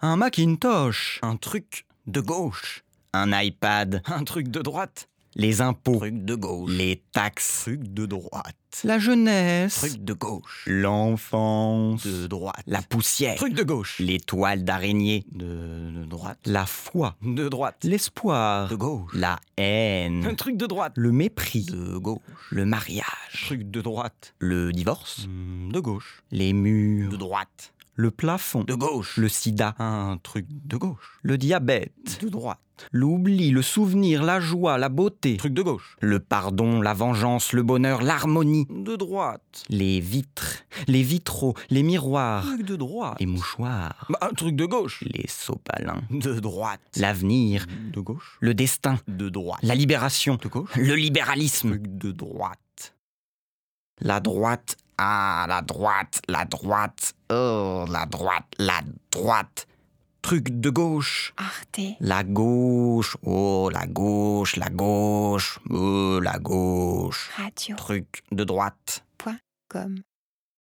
un Macintosh, un truc de gauche, un iPad, un truc de droite, les impôts, Truc de gauche. les taxes, Truc de droite. la jeunesse, Truc de gauche. l'enfance, De droite. la poussière, Truc de gauche. les toiles d'araignée, De, de droite. la foi, De droite. l'espoir, De gauche. la haine, Truc de droite. le mépris, De gauche. le mariage, Truc de droite. Hmm, le divorce, De gauche. les murs, De droite. le plafond, De gauche. le sida, Un truc de gauche. le diabète, De droite. l'oubli, le souvenir, la joie, la beauté, Truc de gauche. le pardon, la vengeance, le bonheur, l'harmonie, De droite. les vitres, les vitraux, les miroirs, Truc de droite. les mouchoirs, Bah, un truc de gauche. les sopalins, De droite. l'avenir, De gauche. le destin, De droite. la libération, De gauche. le libéralisme, Truc de droite. la droite, Ah, la droite, la droite. Oh, la droite, la droite. truc de gauche, Arte. la gauche, oh la gauche, la gauche, oh la gauche, Radio. truc de droite. Comme.